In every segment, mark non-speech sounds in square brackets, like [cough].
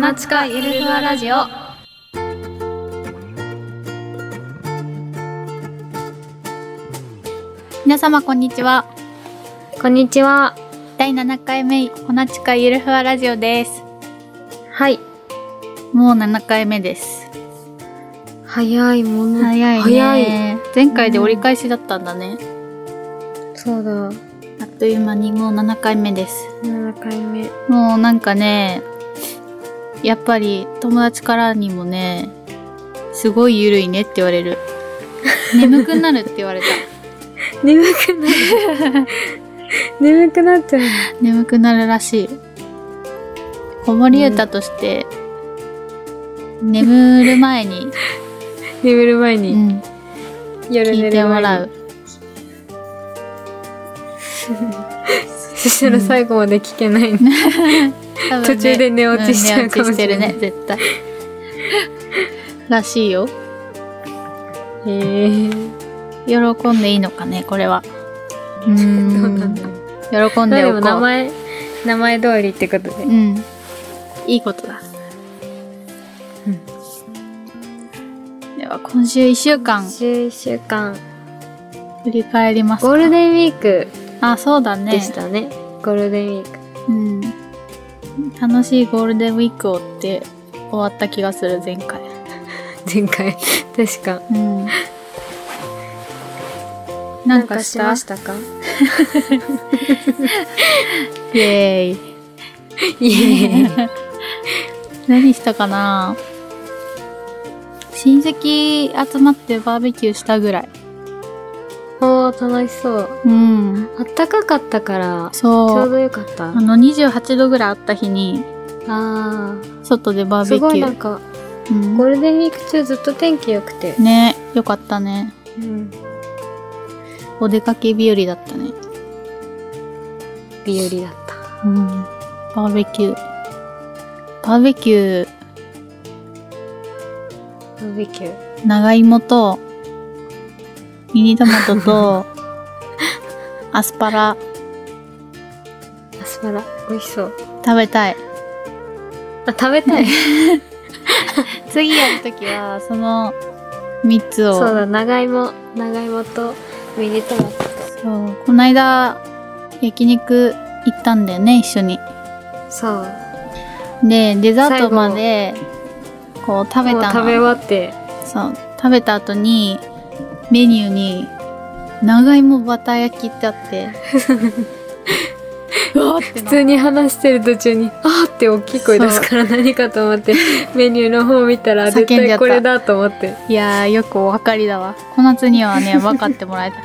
ナチカゆるふわラジオ皆様こんにちはこんにちは第7回目粉ちかゆるふわラジオですはいもう7回目です早いもの早いね早前回で折り返しだったんだね、そうだあっという間にもう7回目です7回 [laughs] 目もうなんかねやっぱり友達からにもねすごいゆるいねって言われる眠くなるって言われた眠くなる眠くなっちゃう眠くなるらしい子守歌として、眠る前に、眠る前うに、ん、夜聞寝いる前てにもらうそしたら最後まで聞けない、ね、多分ね途中で寝落ちしちゃうかもしれないん寝落ちしてるね絶対らしいよへえ喜んでいいのかねこれはうどーうなんんだろう喜んでまあでおこもう名前名前通りってことでうんいいことだ、では今週1週間11週間振り返りますかゴールデンウィークあそうだねでしたねゴールデンウィークうん、楽しいゴールデンウィークをって終わった気がする前回、前回確か [laughs] うん、ななんんかかししたましたかイエーイいえ [laughs] 何したかな親戚集まってバーベキューしたぐらいおー楽しそううんあったかかったからちそょううどよかったあの28度ぐらいあった日にあ外でバーーベすキごいュなんー、かうんゴールデンウィーク中ずっと天気良くて、ねよかったねうん、お出かけ日和だったね日和だったうん。バーベキュー。バーベキュー、バーベキュー長芋と、ミニトマト [laughs] と、アスパラ、アスパラ美味しそう食べたい。あ食べたい次やるときは、その、三つを。そうだ長芋長芋とミニトマトそうこないだ、焼肉行ったんだよね、一緒に。そうで、デザートまで、こう食べもうた食べ終の。わってそう。食べた後に、メニューに、長芋バター焼きってあ [laughs] って、うわーって普なっ通に話してる途中に「あー」って大きい声出すから何かと [laughs] 思ってメニューの方を見たら叫ん絶じゃった対これだと思っていやーよくお分かりだわ小夏にはね [laughs] 分かってもらえた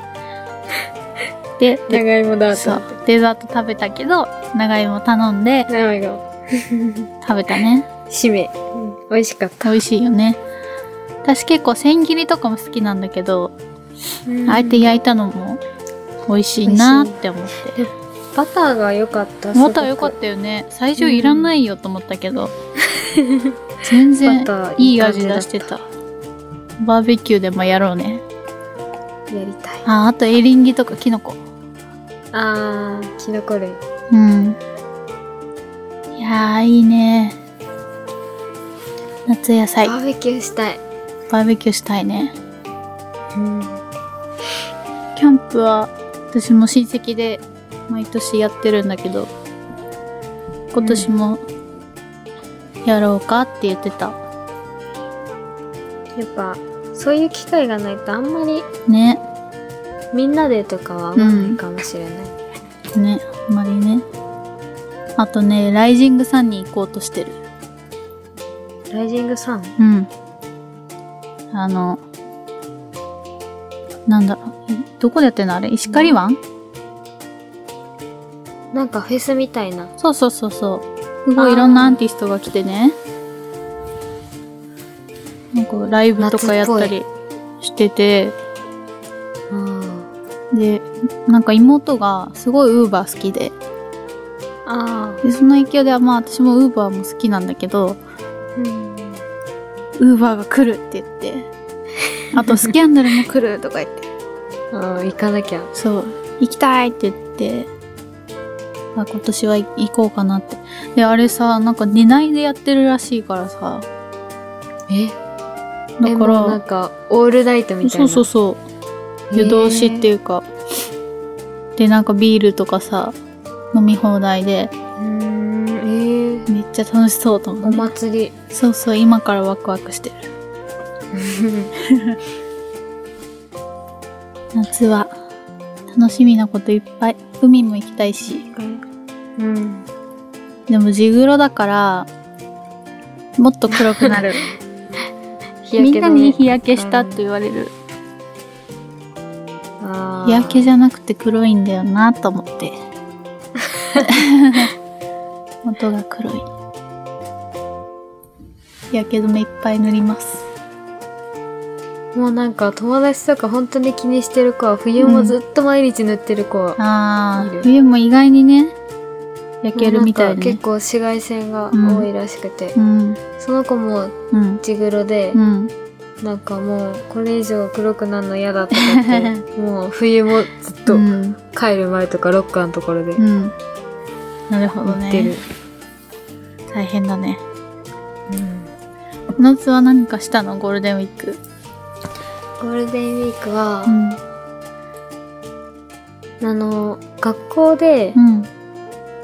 でで長芋だとそ思っうてデザート食べたけど長芋頼んで長芋食べたね締め、うん、美味しかった、美味しいよね私結構千切りとかも好きなんだけど、あえて焼いたのも美味しいなーって思ってバターが良かったバターよかっったよね最初いらないよと思ったけど、全然バターいいいい味出感しじてだったバーベキューでもやろうねたやりたいああとエリンギとかキノコあーキノコ類うん。いやー、いいね。夏野菜、バーベキューしたい、バーベキューしたいね。うん、キャンプは、私も親戚で毎年やってるんだけど、今年もやろうかって言ってた。やっぱそういう機会がないとあんまりね。みんなでとかは合わないかもしれない、ね。あんまりね。あとね、ライジングさんに行こうとしてる。ライジングサンうん。あの、なんだろう、どこでやってんのあれ石狩湾、なんかフェスみたいなそうそうそうそう。すごいいろんなアーティストが来てね。なんかライブとかやったりしてて、うんで、なんか妹がすごいウーバー好きで、あでその影響でまあ私もウーバーも好きなんだけど、ーうんウーバーが来るって言って、あとスキャンダルも来るとか言って、あー行かなきゃそう、行きたいって言って、あ今年は行こうかなってであれさなんか寝ないでやってるらしいからさえだえかもうならんかオールナイトみたいそうなそうそう湯通しっていううか、でなんかビールとかさ飲み放題でうーんえーめっちゃ楽しそうと思おって、祭りそうそう今からワクワクしてる夏は楽しみなこといっぱい海も行きたいしうんでも地黒だからもっと黒くなる日みんなに日焼けしたとと言われる、日日焼けじゃなくて黒いんだよなと思って元が黒い日焼け止めいっぱい塗りますもうなんか友達とか本当に気にしてる子は冬もずっと毎日塗ってる子は、あいいーね冬も意外にね焼けるみたないんでかね結構紫外線が多いらしくて、うんその子もうん地黒でう、んなんかもうこれ以上黒くなるの嫌だと思って [laughs] もう冬もずっとうん、帰る前とかロッカーのところでうん、なるほど塗ってるね、大変だねうん夏は何かしたのゴールデンウィークゴールデンウィークは、んあの学校でうん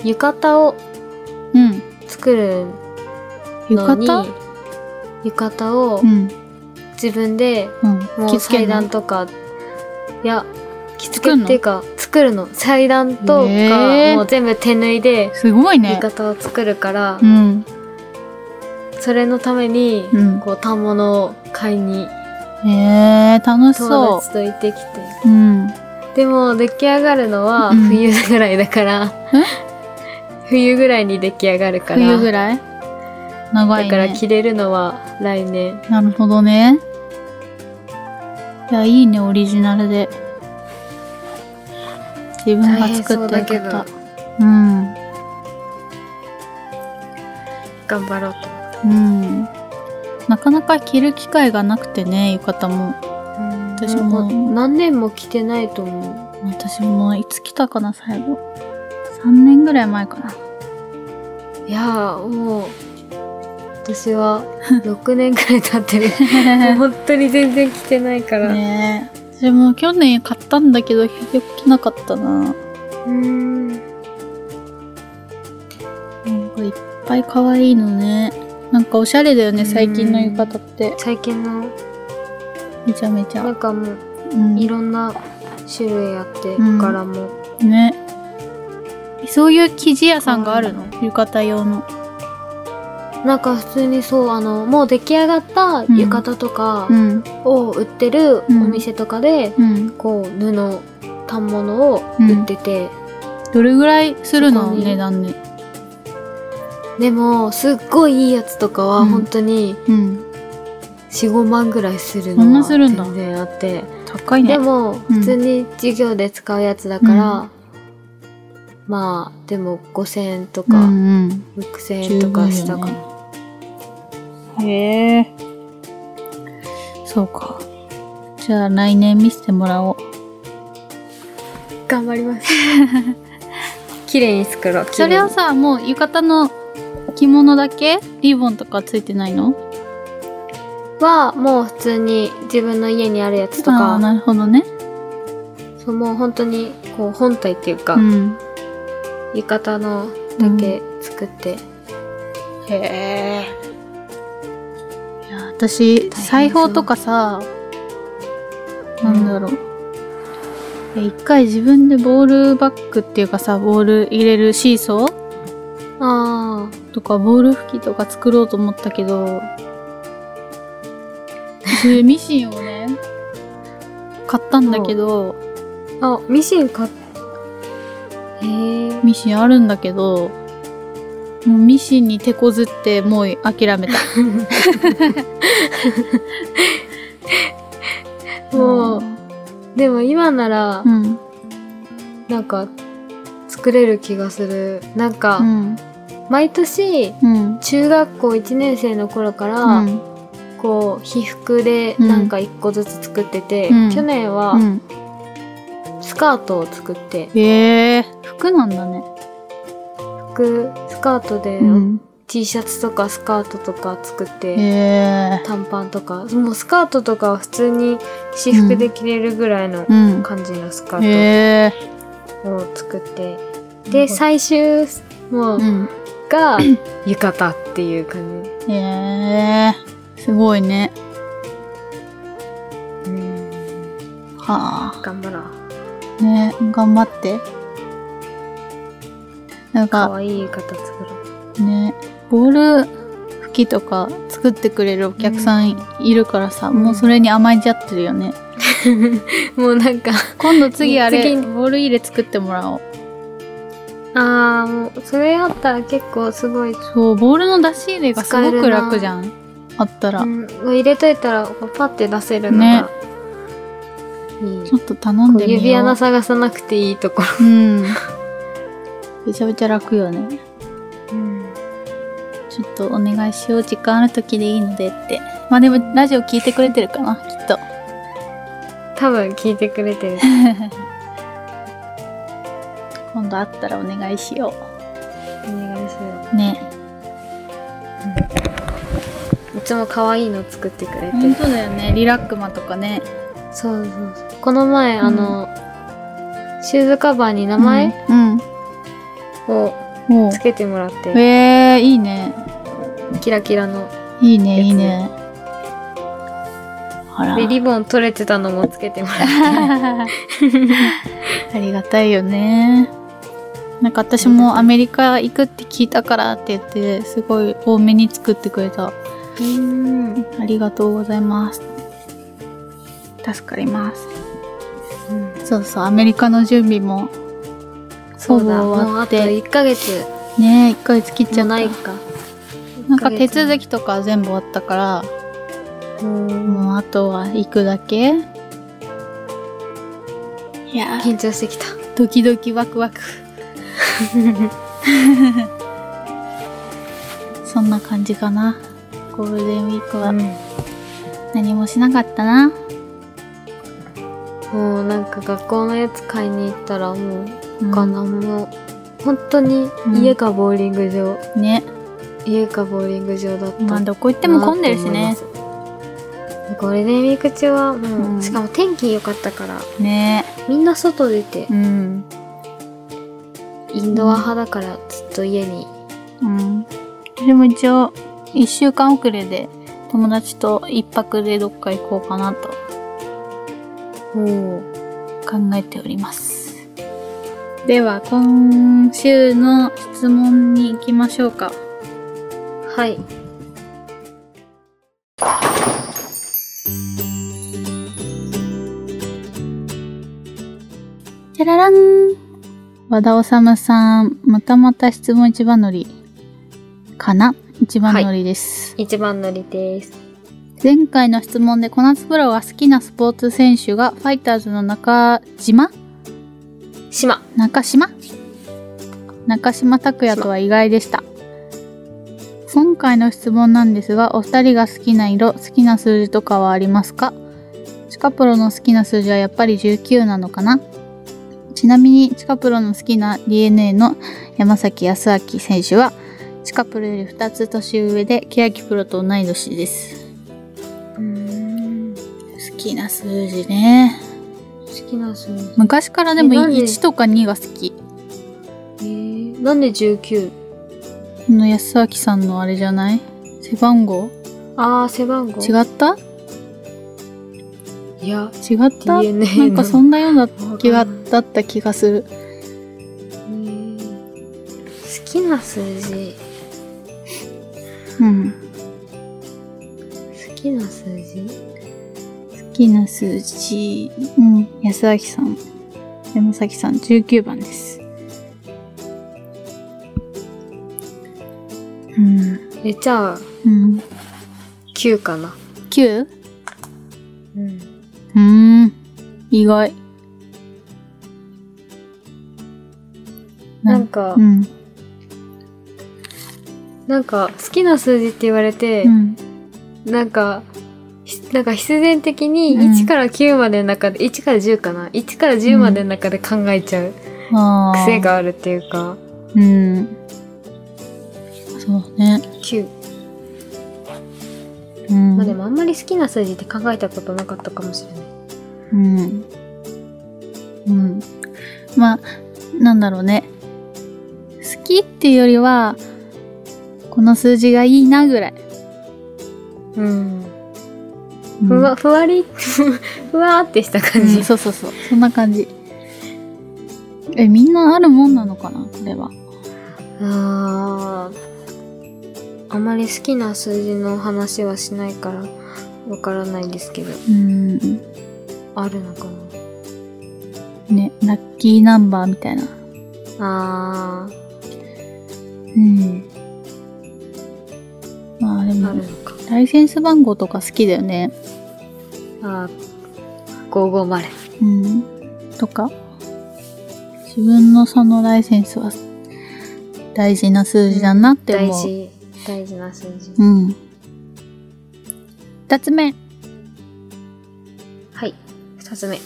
浴衣をうん作る浴のに衣浴衣をうん自分でうんもうけ裁断のとかいや着付作けんのっていうか作るの裁断とか、へーもう全部手縫いですごいね浴衣を作るから、うんそれのために、うんこう反物を買いにへえ楽しそ友達と行ってきてううんでも出来上がるのはうん冬ぐらいだから、 [laughs] 冬ぐらいに出来上がるから冬ぐらい長いだからね着れるのは来年なるほどねいやいいねオリジナルで自分が作った浴大変そう衣だうん頑張ろうと思っうんなかなか着る機会がなくてね浴衣もた、うん、私もなんか何年も着てないと思私もいつ来たかな最後3年ぐらい前かなういやーもう [laughs] 私は6年くらい経ってるもう本当に全然着てないから、ねえ私も去年買ったんだけど結局着なかったなうんなんかいっぱい可愛いのねなんかおしゃれだようねん最近の浴衣って最近のめちゃめちなゃんかもううんいろんな種類あって、うん柄もねそういう生地屋さんがあるの浴衣用のなんか普通にそうあのもう出来上がった浴衣とかうんを売ってるお店とかで、うんこう布反物を売ってて、どれぐらいするそのこに値段ででもすっごいいいやつとかはうん本当にうん45万ぐらいするそんのなはするんだ全然あって、高いねでもうん普通に授業で使うやつだから、まあでも5000円とうか、んうん6000円とかしたかも、へえそうかじゃあ来年見せてもらおう頑張ります綺麗に作ろうそれはさもう浴衣の着物だけリボンとかついてないのはもう普通に自分の家にあるやつとあーかなるほどねそうもう本当にこう本体っていうか、うん浴衣のだけ作って、へえいや私裁縫とかさそなうんだろういや一回自分でボールバッグっていうかさボール入れるシーソーああとかボール拭きとか作ろうと思ったけど私ミシンをね買ったんだけどあ、ミシン買っ、へえ。ミシンあるんだけどもうミシンに手こずってもう諦めたもう、でも今ならう、んなんか、作れる気がする。なんか、うん毎年、うん中学校1年生の頃から、うんこう、被服でうんなんか1個ずつ作ってて、うん去年はうんスカートを作って、へえ服なんだねくスカートで、うん、 T シャツとかスカートとか作って、え短パンとかもうスカートとかは普通に私服で着れるぐらいのー、うん。感じのスカーえトを作って、ー、で最終もううん。が浴衣っていう感じ、えー、すごいね。はあ。頑張ろうね、頑張って。なんかか、わいい浴衣作ろうね、ボール拭きとか作ってくれるお客さんいるからさ、うんもうそれに甘えちゃってるよね。もうなんか [laughs] 今度次あれ、次ボール入れ作ってもらおう。ああもうそれあったら結構すごい、そう、ボールの出し入れがすご使えくるな楽じゃん。あったら、うん、入れといたらこうパッて出せるのねが、いいちょっと頼んこでうみよう。指穴探さなくていいところ、うん。めちゃめちゃ楽よね。うん、ちょっとお願いしよう。時間ある時でいいのでって。まあでも、ラジオ聞いてくれてるかな、きっと。多分聞いてく [laughs] れてる今度会ったらお願いしよお願いしよう。ね。ういつも可愛いの作ってくれてる本当だよね。リラックマとかね。そうそうそうこの前、うんあのシューズカバーに名前うん。をもつけてもらっうて、へえー、いいね。キラキラのいいね、いいね。ほら。 [laughs] でリボン取れてたのもつけてもらっありがたいよね。なんか私もアメリカ行くって聞いたからって言って、すごい多めに作ってくれた。てうんうんありがとうございます。助かります。そうそう、アメリカの準備もそうだほぼ終もうわあっとて1ヶ月ね、1ヶ月切っじちゃゃった。ないかなんか手き続きとか全部終わったから、緊もうあとは行くだけ。いやー、張してきたドキドキワク [laughs] ワク。そんな感じかな。ゴールデンウィークは何もしなかったな。もうなんか学校のやつ買いに行ったらもううん他何も本当に家かボーリング場、ね。家かボーリング場だったまあどこ行っても混んでるしね。ゴールデンウィーク中はもう、うんしかも天気良かったからねみんな外出てうん。インドア派だからずっと家にうん。でも一応、一週間遅れで友達と一泊でどっか行こうかなと考えております。では、今週の質問に行きましょうか。はいじゃららん。和田治さん、またまた質問一番乗りかな一番乗りです。一番乗りです前回の質問で小夏プロが好きなスポーツ選手がファイターズの中島島中島中島拓也とは意外でした。今回の質問なんですが、お二人が好きな色、好きな数字とかはありますかチカプロの好きな数字はやっぱり19なのかなちなみに、チカプロの好きな DNA の山崎康明選手は、チカプロより2つ年上で、欅プロと同い年です。うん好きな数字ね。好きな数字昔からでもえなんで1とか2が好き。えー、なんで19この安明さんのあれじゃない背番号ああ背番号違ったいや違ったな DNA のんかそんなような気がわかんないだった気がする。うん好きな数字うん。好きな数字好きな数字。うん。安明さん。山崎さん、19番です。うん。えじゃあうん。 9かな 9? うんうーん。意外。なんか、うん。なんか好きな数字って言われて、うん。なんかひなんか必然的にうん1から9までの中で、1から10かな1から10までの中で考えちゃうあー癖。があるっていうか、うん。そうね。 9、うん。まあでもあんまり好きな数字って考えたことなかったかもしれないうん。うん。まあ、なんだろうね。好きっていうよりは、この数字がいいなぐらい。うんうんふわふわり [laughs] ふわーってした感うじん、そうそうそう。そんな感じ。え、みんなあるもんなのかなこれは。あーあまり好きな数字の話はしないからわからないですけどうん。あるのかね、ラッキーナンバーみたいな。なあうん。まあでーあもる、のかライセンス番号とか好きだよね。あー550うん。とか自分のそのライセンスは大事な数字だなって大思う。事大事な数字うん。二つ目。はい2つ目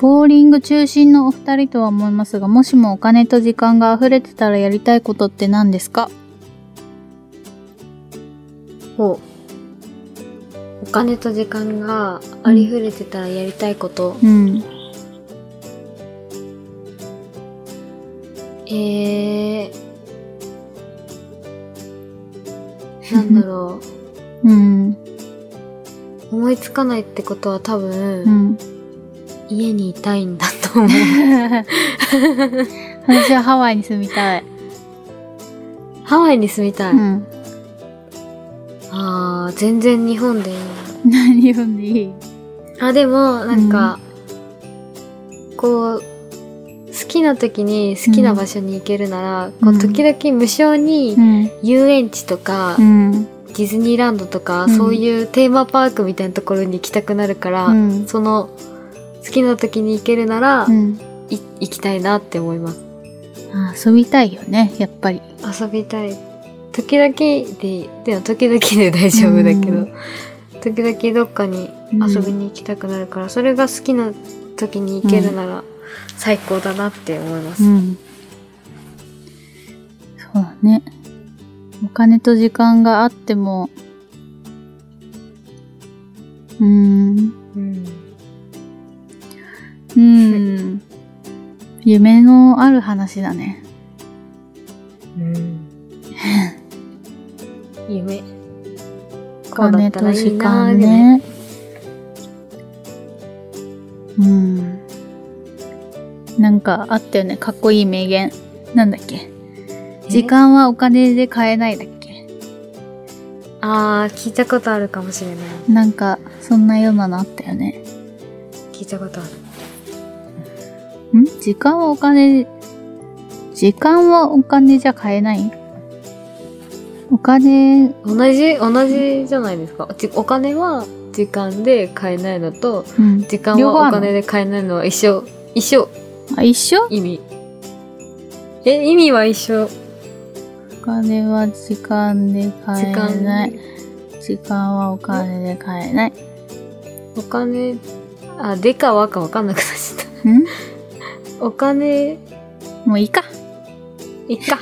ボーリング中心のお二人とは思いますが、もしもお金と時間が溢れてたらやりたいことって何ですかほうお金と時間がありふれてたらやりたいこと、うん。えー、なん [laughs] だろうん。う思いつかないってことは多分、うん。家にいたいんだと [laughs] 思う私はハワイに住みたい。ハワイに住みたい、うん。あー全然日本でいい何読んでいいなあでもなんか、こう好きな時に好きな場所に行けるなら、こううん時々無償にん。遊園地とか、うん。ディズニーランドとか、うんそういうテーマパークみたいなところに行きたくなるから、うんその好きな時に行けるなら、うん。い行きたいなって思いますあ遊びたいよね、やっぱり。遊びたい時々ででも時々で大丈夫だけど、う時々どっかに遊びに行きたくなるから、それが好きな時に行けるなら最高だなって思います、ん。そうだね。お金と時間があっても、うーん、うんうーん。夢のある話だね。夢おこうだ金ったとらいい時な間ーね。うん。なんかあったよね。かっこいい名言。なんだっけ。時間はお金で買えないだっけ。あー聞いたことあるかもしれないなんか、そんなようなのあったよね。聞いたことあるん時間はお金、時間はお金じゃ買えないお金、同じ同じじゃないですかちお金は時間で買えないのとうん。時間両方あはるのお金で買えないのは一緒一緒あ、一緒意味え意味は一緒お金は時間で買えない。時時間はお金で買えない。お金あでかわかわかんなくなっちゃっんたお金もういいか。いっ [laughs] か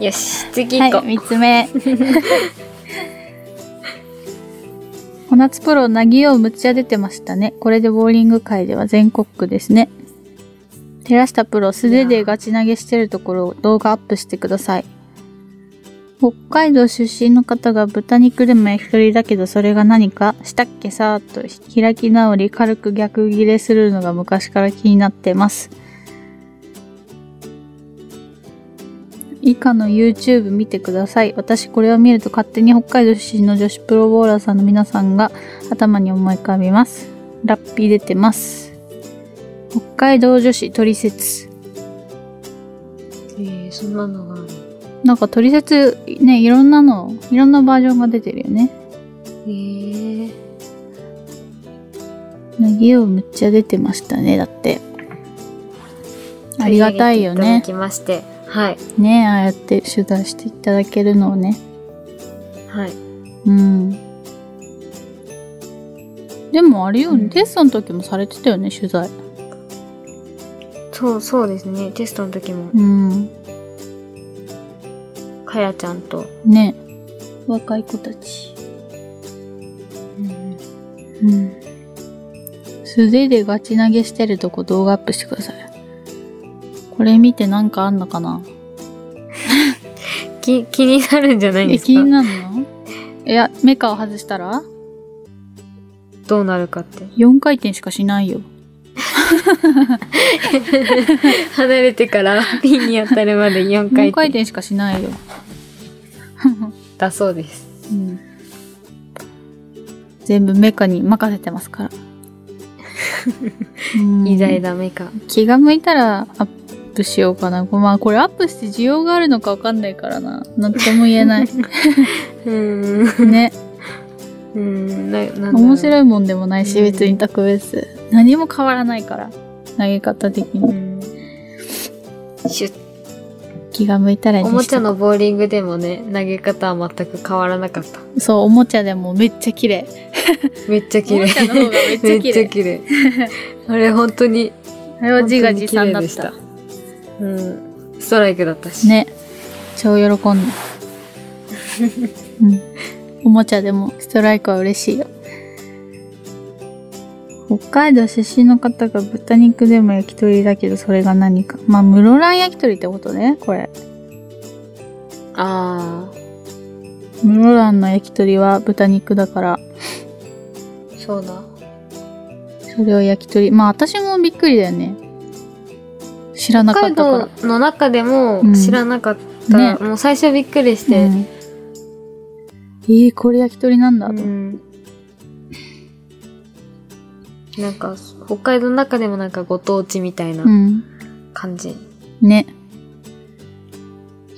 よし次は行い、こう、三つ目。 [laughs] 小夏プロ、なぎようむっちゃ出てましたね。これでボーリング界では全国区ですね。寺下プロ、素手でガチ投げしてるところを動画アップしてください。北海道出身の方が豚肉でも焼き鳥だけどそれが何かしたっけさーっと開き直り軽く逆ギレするのが昔から気になってます。以下の YouTube 見てください。私これを見ると勝手に北海道出身の女子プロボウラーさんの皆さんが頭に思い浮かびます。ラッピー出てます。北海道女子トリセツ。えー、そんなのがあるなんかトリセツね、いろんなの、いろんなバージョンが出てるよね。えー、なぎをむっちゃ出てましたね、だって。ありがたいよ取り上げねていただき。ましてはいねああやって取材していただけるのをね。はいうん。でもあれよ、うんテストの時もされてたよね、取材。そうそうですねテストの時もうん。かやちゃんと、ね若い子たち。うん。素手でガチ投げしてるとこ動画アップしてください。これ見てなんかあんのかなき [laughs] 気になるんじゃないんでえ、す気にかなるのいや、メカを外したらどうなるかって4回転しかしないよ。離れてからピンに当たるまで4 4回回転転しかしないよ。だそうですうん。全部メカに任せてます [laughs] から。うん偉大だメカ気が向いたらアップしようかな。まあこれアップして需要があるのかわかんないからな。なんとも言え [laughs] ない。うーんうね。ーんななんだろう面白いもんでもないし、うん別に特別。何も変わらないから。投げ方的うに。んシュッ気が向いたらにおしてもちゃのボーリングでもね投げ方は全く変わらなかったそう、おもちゃでもめっちゃ綺麗。めっちゃ綺麗おもちゃの方がめっちゃ綺麗めっ綺麗あれ本当にあれは自画自賛だっ本た。当に綺麗でしたうんストライクだったしね。超喜んだ。うん。おもちゃでもストライクは嬉しいよ。北海道出身の方が豚肉でも焼き鳥だけどそれが何か。まあ、室蘭焼き鳥ってことね、これ。ああ室蘭の焼き鳥は豚肉だから、そうだそれを焼き鳥。まあ、私もびっくりだよね。知らなか北っ海たから道。の中でもうん知らなかった、ねもう最初びっくりして、うんえー、これ焼き鳥なんだとう思ってんなんか北海道の中でもなんかご当地みたいなうん感じ、ね。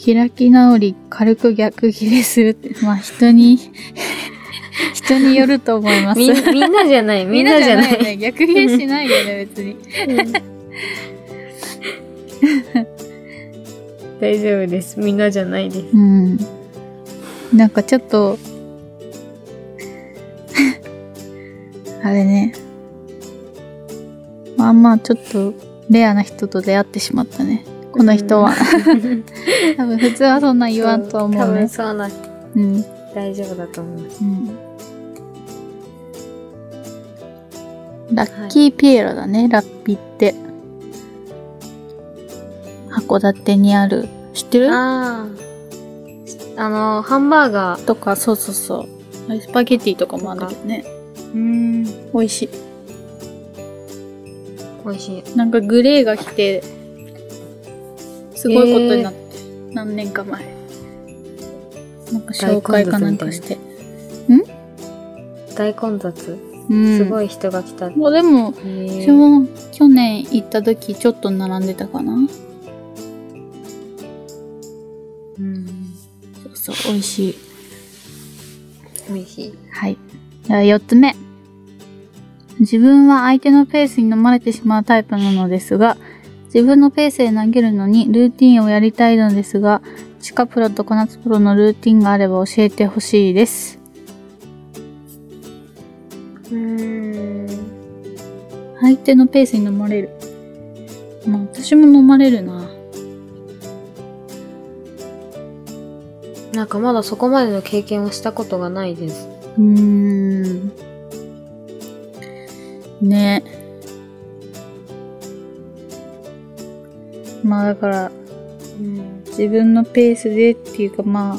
開き直り、軽く逆切れする [laughs] って、まあ人に、 [laughs] 人によると思います。みんみんなじゃない [laughs] みんなじゃないね。逆切れしないよ [laughs] ね、別に。大丈夫ですみんなじゃないですうん。なんかちょっと、あれね。まあまあ、ちょっと、レアな人と出会ってしまったね。この人は。 [laughs] 多分、普通はそんな言わんとは思多う分ね。そうなうん。大丈夫だと思いますラッキーピエロだね、ラッピって。函館にある。知ってるあああのハンバーガーとか、そうそうそう。あれスパゲティとかもあるんだけどね。うん美味し美味しいい。なんかグレーが来て、すごいことになって、何年か前。なんか紹介かなんかして。大混雑、うん。すごい人が来たへまあでも、ー私も去年行った時ちょっと並んでたかな。うんそうそう、美味しい。美味しいはい。じゃあ4つ目。自分は相手のペースに飲まれてしまうタイプなのですが、自分のペースで投げるのにルーティンをやりたいのですが、チカプロと小夏プロのルーティンがあれば教えてほしいです。うーん相手のペースに飲まれる。まあ私も飲まれるな。なんかまだそこまでの経験をしたことがないですうーん。ね。まあだから、うん自分のペースでっていうかま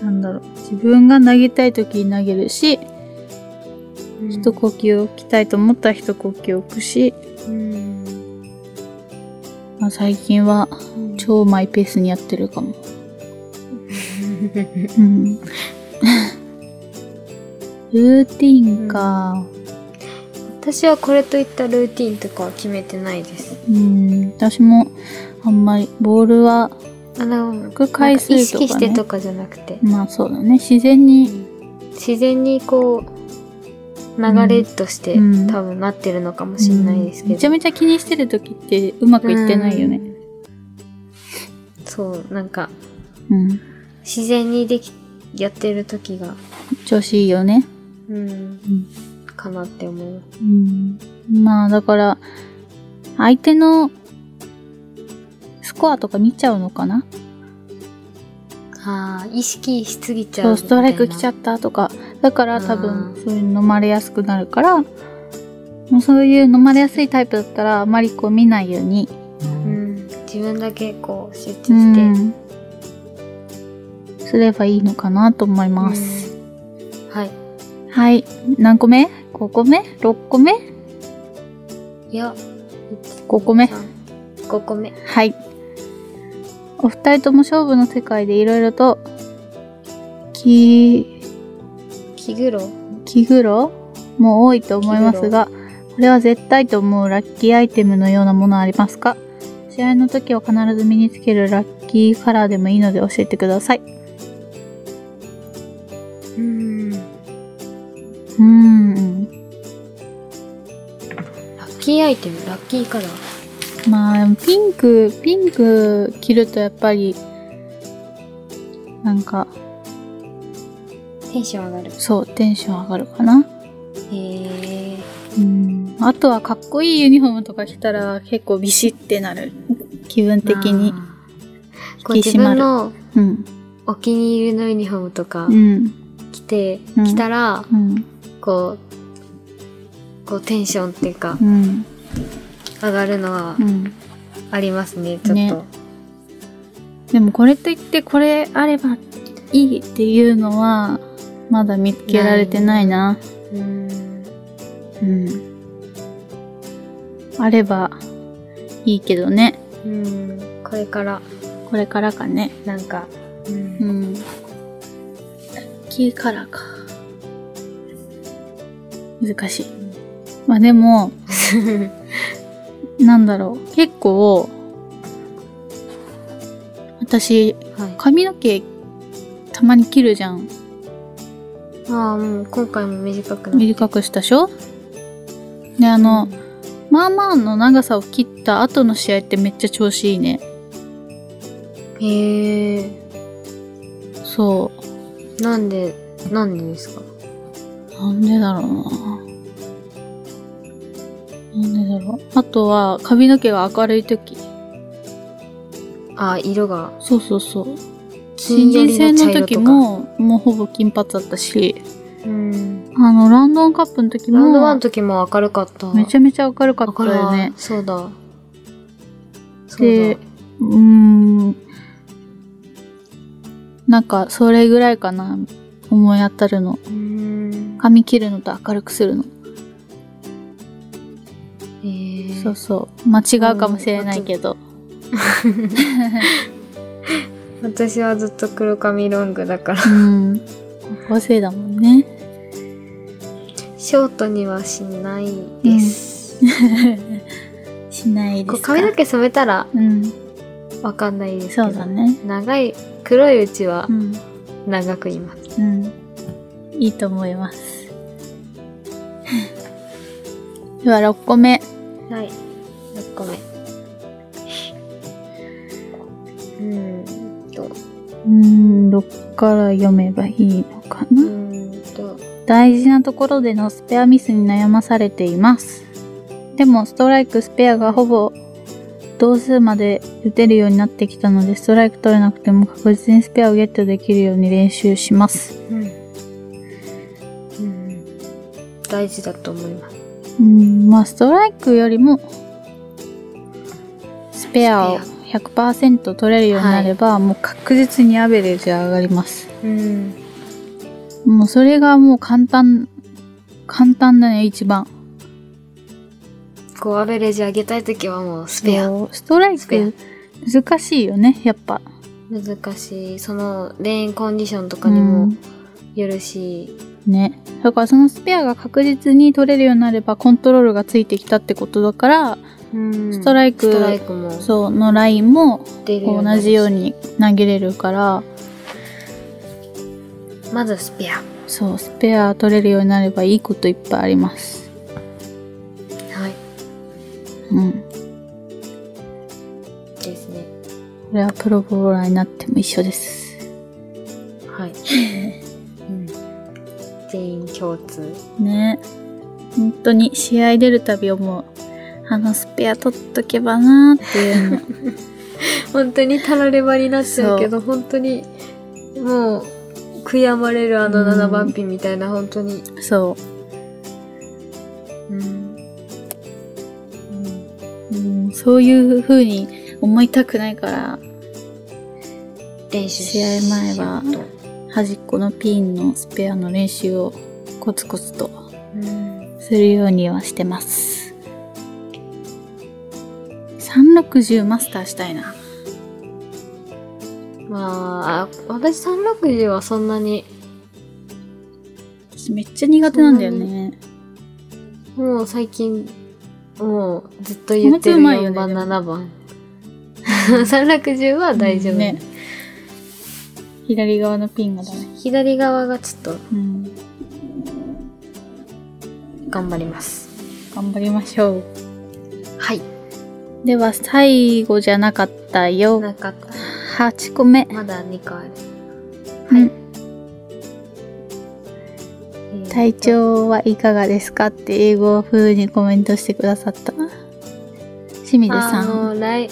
あなんだろう自分が投げたい時に投げるし、一呼吸置きたいと思ったら一呼吸置くし、うんまあ、最近は超マイペースにやってるか [laughs] も。うん、 [laughs] ルーティンか、私はこれといったルーティンとかは決めてないですうん、私もあんまりボールはあのく回数とかね意識してとかじゃなくてまあそうだね自然に自然にこう流れとして、うん多分なってるのかもしれないですけど、めちゃめちゃ気にしてる時ってうまくいってないよね。そうなんかうん、自然にできやってる時が調子いいよね。うんうんかなって思ううんまあだから相手のスコアとか見ちゃうのかなあー意識しすぎちゃそううストライク来ちゃっったとかだから多あ分ーそういうの飲まれやすくなるからもうそういう飲まれやすいタイプだったらあまりこう見ないようにた、うん、自分だけこう集中して、うんすればいいのかなと思います、うんはいはい何個目 ?5 個目 ?6 個目いや5個目5個目はいお二人とも勝負の世界でいろいろと気気苦労気苦労も多いと思いますがこれは絶対と思うラッキーアイテムのようなものありますか試合の時は必ず身につけるラッキーカラーでもいいので教えてくださいうんラうーんッキーアイテムラッキーカラーまあピンクピンク着るとやっぱりなんかテンション上がるそうテンション上がるかなへえうんあとはかっこいいユニフォームとか着たら結構ビシッてなる気分的にこう自分のうんお気に入りのユニフォームとかうん着て、うん着たらうんこうこうテンションっていうかうん上がるのはうんありますね、ちょっと、ねでもこれといってこれあればいいっていうのはまだ見つけられてないな。うんうん。あればいいけどね。うんこれからこれからかね。なんか、ううんん。ラッキーカラーか。難しい。まあでも、なんだろう。結構、私、 [laughs] はい、髪の毛、たまに切るじゃん。ああもう今回も短くなっ短くしたでしょであのまあまあの長さを切った後の試合ってめっちゃ調子いいねへえそなんでなんでですかうなんでだろうななんでだろうあとは髪の毛が明るい時ああ色がそうそうそう新金寄人戦りのの茶色とか時ももうほぼ金髪だったしうんあのランドンカップの時ラウンドワンもの時も明るかっためちゃめちゃ明るかった明るいよねそうだそうでだうーんなんかそれぐらいかな思い当たるのうん髪切るのと明るくするの、へーそうそう間違うかもしれないけど、私はずっと黒髪ロングだから [laughs] うん高校生だもんねショートにはしないです、しないでこうすか髪の毛染めたらうんわかんないですけどそうだね長い黒いうちはうん、長くいます、うん、いいと思います [laughs] では6個目はい6個目うーんとううん6から読めばいいのかな、ーんと大事なところでのスペアミスに悩まされていますでもストライクスペアがほぼ同数まで打てるようになってきたのでストライク取れなくても確実にスペアをゲットできるように練習しますうん、うんうん、大事だと思いますうんまあストライクよりもスペアを100%取れるようになれば、もう確実にアベレージは上がりますうんもうそれがもう簡単簡単だね一番こうアベレージ上げたい時はもうスペアそうストライスペク難しいよねやっぱ難しいそのレーンコンディションとかにもよるし、ねだからそのスペアが確実に取れるようになればコントロールがついてきたってことだから、うんストライクストライクもそうのラインも出るこよううな同じように投げれるからまずスペアそうスペア取れるようになればいいこといっぱいありますはいうんですねこれはプロボーラーになっても一緒です [laughs] はい、うん、全員共通ね本当に試合出るたび思うあのスペア取っとけばなーっていうの本当にたらればになっちゃうけど本当にもう悔やまれるあの7番ピンみたいな、本当に、 [laughs] そう、うんうん、そういう風に思いたくないから練習試合前はしようと端っこのピンのスペアの練習をコツコツとうんするようにはしてます360マスターしたいなまああ私360はそんなに私めっちゃ苦手なんだよねもう最近もうずっと言ってるこの手うまいよ4ね番、でも7番 [laughs] 360は大丈夫、ね左側のピンがダメ、左側がちょっとうん、頑張ります頑張りましょうはいでは最後じゃなかったよなかった8個目まだ2個あるうはい、んえー体調はいかがですかって英語風にコメントしてくださった清水さあんのライ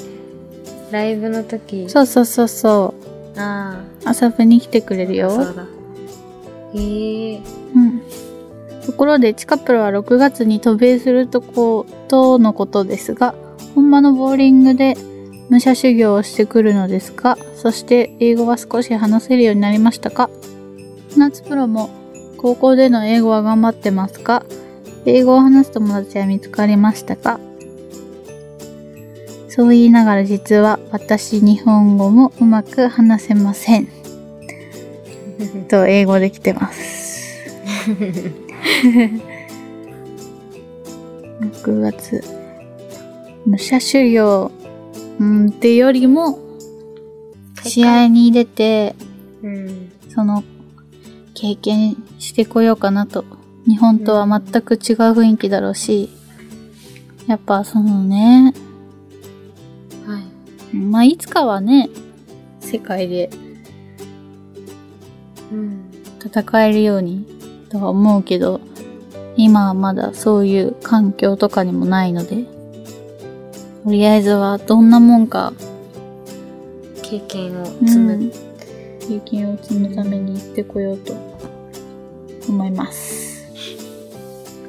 ライブの時そうそうそうそうあ遊びに来てくれあるよそうだえ [laughs] ー、うん、ところでチカプロは6月に渡米するとことのことですが本場のボーリングで武者修行をしてくるのですがそして英語は少し話せるようになりましたか夏プロも高校での英語は頑張ってますか英語を話す友達は見つかりましたかそう言いながら実は私日本語もうまく話せませんと英語できてます。6月武者修行、うん、ってよりも試合に出てうんその経験してこようかなと日本とは全く違う雰囲気だろうしやっぱそのねはいまあいつかはね世界でうん戦えるようにとは思うけど今はまだそういう環境とかにもないのでとりあえずはどんなもんか、経験をうん積む、経験を積むために行ってこようと思います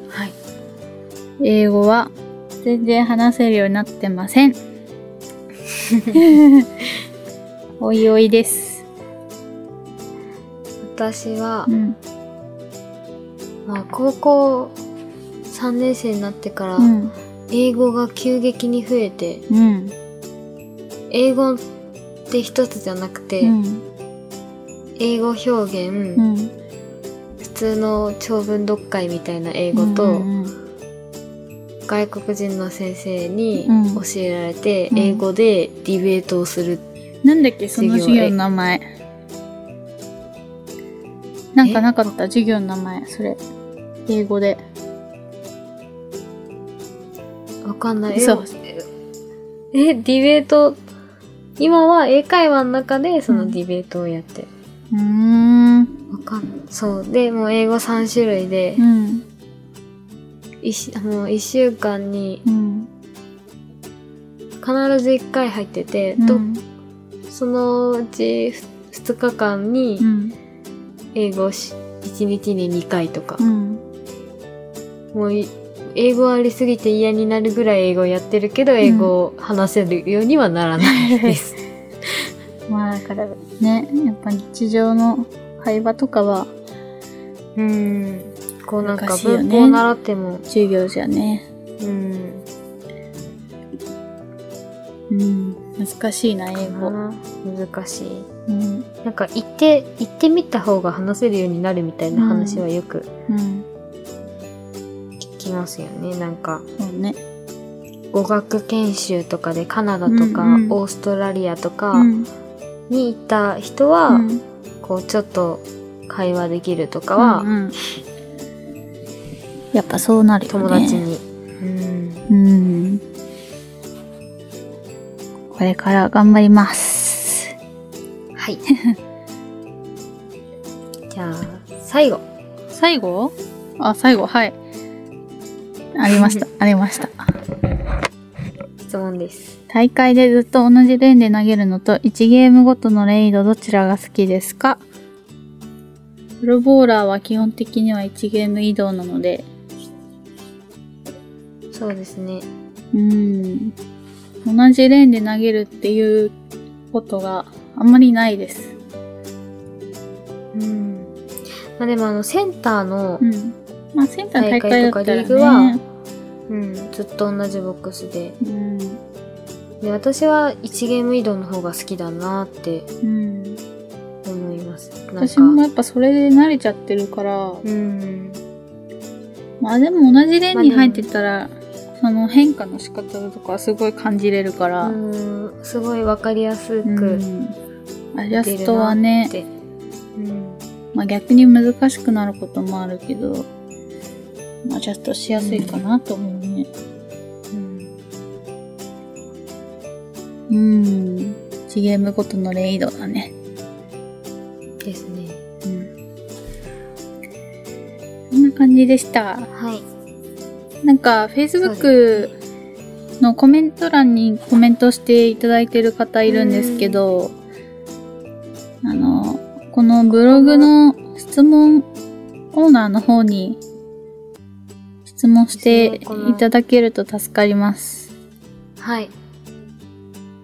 はい英語は全然話せるようになってま [laughs] せんおいおいです、私は、うんまあ、高校3年生になってからうん英語が急激に増えてうん英語って一つじゃなくて、うん英語表現、うん普通の長文読解みたいな英語と、うん外国人の先生にうん教えられて、うん英語でディベートをする、なんだっけその授業の名前なんかなかった授業の名前それ英語でわかんないそうええディベート今は英会話の中でそうのんディベートをやってるうーんわかんそうでもう英語3種類でう、んいしあの1週間にうん必ず1回入ってて、うんとそのうち2日間にうん英語し1日に2回とかう、んもうい英語ありすぎて嫌になるぐらい英語やってるけど英語を話せるようにはならないです。 [laughs] まあだからねやっぱ日常の会話とかはうん、こうなんか難しいよね文法習っても、授業じゃねうん、うん難しいな英語、難しい。うんなんか行って行ってみた方が話せるようになるみたいな話はよくうん聞きますよね。なんかそうね語学研修とかでカナダとか、うんうんオーストラリアとかうんに行った人は、うんこうちょっと会話できるとかは、うんうんやっぱそうなるよね友達に。うんうん。これから頑張ります。はい。 [laughs] じゃあ、最後。最後あ、最後、はい。ありま [laughs] した、ありました。質問です。大会でずっと同じレーンで投げるのと1ゲームごとのレイドどちらが好きですかプロボーラーは基本的には1ゲーム移動なので、そうですね。うん、同じレーンで投げるっていうことがあんまりないです。うん。まあでもあの、センターのう、ん。まあ、センターの大会だったら、ね、大会とかリーグはうん、ずっと同じボックスで。うん、で、私は1ゲーム移動の方が好きだなってうん。思います。なん私か。もやっぱそれで慣れちゃってるから、うん。まあでも同じレーンに入ってたら、その変化の仕方とかはすごい感じれるから、うん、すごいわかりやすうくんアジャストはねっ、て。うん。まあ、逆に難しくなることもあるけど、まあアジャストしやすいかなと思うね。うんうん。1ゲームごとのレイドだね。ですね。うん。こんな感じでした。はい。なんか、Facebook のコメント欄にコメントしていただいてる方いるんですけど、あの、このブログの質問コーナーの方に質問していただけると助かります。はい。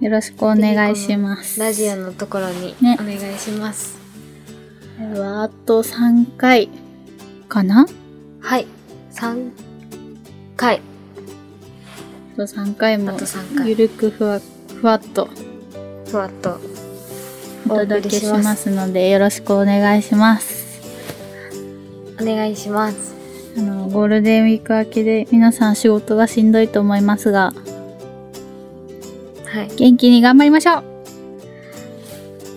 よろしくお願いします。ラジオのところにねお願いします。ではあと3回かなはい。3回。あと3回あもと3回ゆるくふわふわっとふわっと。お届けしますのでよろしくお願いします。お願いします。あのゴールデンウィーク明けで皆さん仕事がしんどいと思いますがはい。元気に頑張りましょう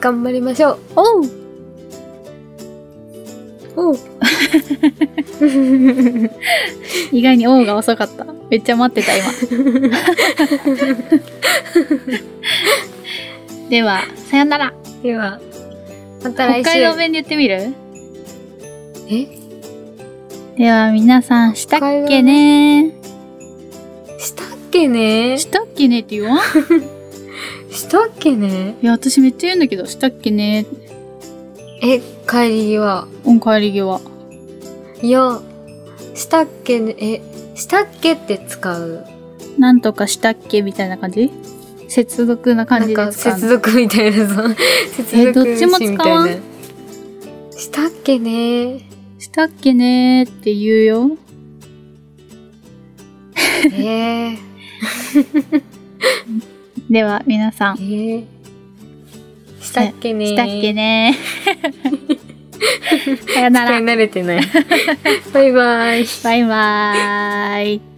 頑張りましょう。おうおう。意外に「おう」が遅かっためっちゃ待ってた今 [laughs] ではさよならでは、また北来週。海道弁で言ってみるえでは皆さんしたっけねしたっけねしたっけねって言わんしたっけねいや私めっちゃ言うんだけどしたっけねえ、帰り際。うん帰り際いや、したっけね、え、したっけって使う。なんとかしたっけみたいな感じ接続な感なんじでかすか接続みたいなさ。接え続どっちも使わん詞みたいなしたっけねしたっけねーって言うよえー、では皆さんえー。したっけねしたっけねー [laughs] さよな使いら慣れてない。バイバイ。バイバーイ